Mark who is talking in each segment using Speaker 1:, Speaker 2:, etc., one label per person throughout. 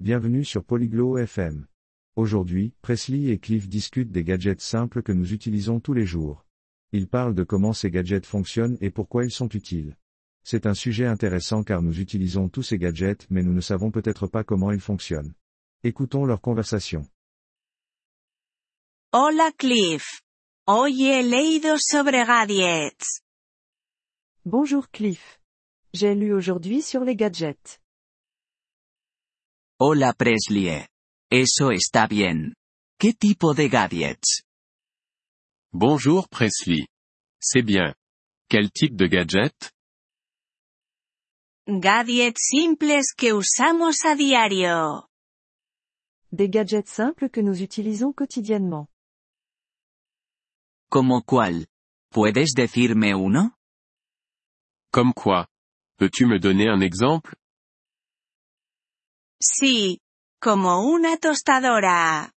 Speaker 1: Bienvenue sur Polyglot FM. Aujourd'hui, Presley et Cliff discutent des gadgets simples que nous utilisons tous les jours. Ils parlent de comment ces gadgets fonctionnent et pourquoi ils sont utiles. C'est un sujet intéressant car nous utilisons tous ces gadgets mais nous ne savons peut-être pas comment ils fonctionnent. Écoutons leur conversation.
Speaker 2: Hola Cliff. Hoy he leído sobre gadgets.
Speaker 3: Bonjour Cliff. J'ai lu aujourd'hui sur les gadgets.
Speaker 4: Hola Presley. Eso está bien. ¿Qué tipo de gadgets?
Speaker 5: Bonjour Presley. C'est bien. Quel type de gadget?
Speaker 2: Gadgets simples que usamos a diario.
Speaker 3: Des gadgets simples que nous utilisons quotidiennement.
Speaker 4: ¿Como cuál? ¿Puedes decirme uno?
Speaker 5: Comme quoi? Peux-tu me donner un exemple?
Speaker 2: Sí. Como una tostadora.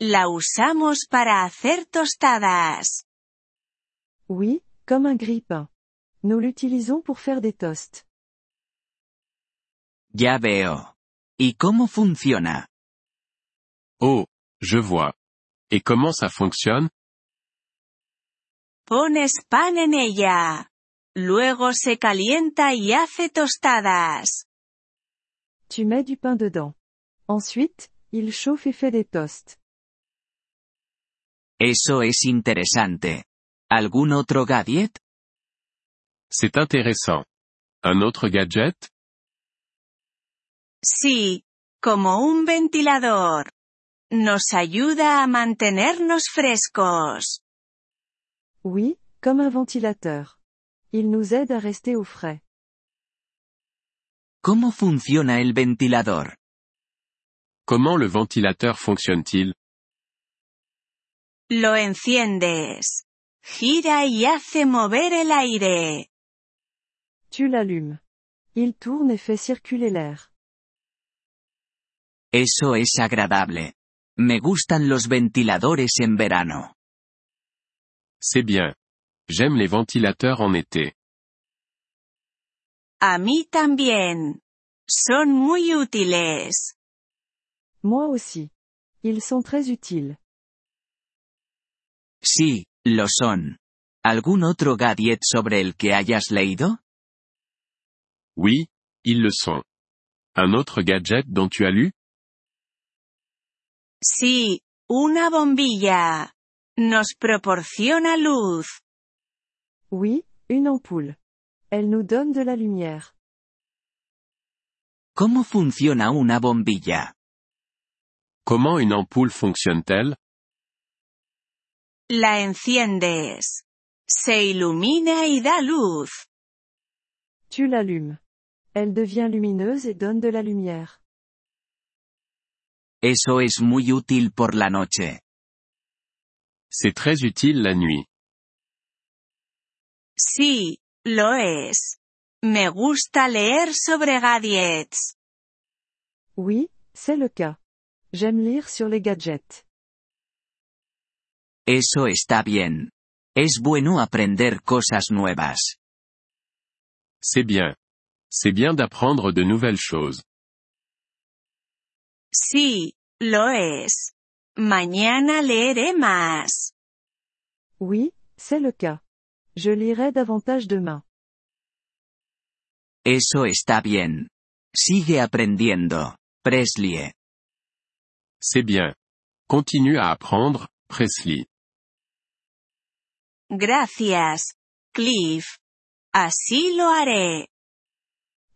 Speaker 2: La usamos para hacer tostadas.
Speaker 3: Oui, comme un grille-pain. Nous l'utilisons pour faire des toasts.
Speaker 4: Ya veo. ¿Y cómo funciona?
Speaker 5: Oh, je vois. Et comment ça fonctionne?
Speaker 2: Pones pan en ella. Luego se calienta y hace tostadas.
Speaker 3: Tu mets du pain dedans. Ensuite, il chauffe et fait des toasts.
Speaker 4: Eso es interesante. ¿Algún otro gadget?
Speaker 5: C'est intéressant. Un autre gadget?
Speaker 2: Sí. Como un ventilador. Nos ayuda a mantenernos frescos.
Speaker 3: Oui, comme un ventilateur. Il nous aide à rester au frais.
Speaker 4: ¿Cómo funciona el ventilador?
Speaker 5: Comment le ventilateur fonctionne-t-il?
Speaker 2: Lo enciendes. Gira y hace mover el aire.
Speaker 3: Tu l'allumes. Il tourne et fait circuler l'air.
Speaker 4: Eso es agradable. Me gustan los ventiladores en verano.
Speaker 5: C'est bien. J'aime les ventilateurs en été.
Speaker 2: A mí también. Son muy útiles.
Speaker 3: Moi aussi. Ils sont très utiles.
Speaker 4: Sí, lo son. ¿Algún otro gadget sobre el que hayas leído?
Speaker 5: Oui, ils le sont. Un autre gadget dont tu as lu?
Speaker 2: Sí, una bombilla. Nos proporciona luz.
Speaker 3: Oui, une ampoule. Elle nous donne de la lumière.
Speaker 4: ¿Cómo funciona una bombilla?
Speaker 5: Comment une ampoule fonctionne-t-elle?
Speaker 2: La enciendes. Se ilumina y da luz.
Speaker 3: Tu l'allumes. Elle devient lumineuse et donne de la lumière.
Speaker 4: Eso es muy útil por la noche.
Speaker 5: C'est très utile la nuit.
Speaker 2: Sí, lo es. Me gusta leer sobre gadgets.
Speaker 3: Oui, c'est le cas. J'aime lire sur les gadgets.
Speaker 4: Eso está bien. Es bueno aprender cosas nuevas.
Speaker 5: C'est bien. C'est bien d'apprendre de nouvelles choses.
Speaker 2: Sí, lo es. Mañana leeré más.
Speaker 3: Oui, c'est le cas. Je lirai davantage demain.
Speaker 4: Eso está bien. Sigue aprendiendo, Presley.
Speaker 5: C'est bien. Continue à apprendre, Presley.
Speaker 2: Gracias, Cliff. Así lo haré.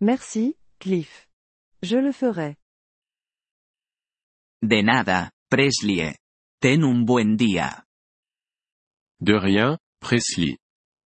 Speaker 3: Merci, Cliff. Je le ferai.
Speaker 4: De nada, Presley. Ten un buen día.
Speaker 5: De rien, Presley.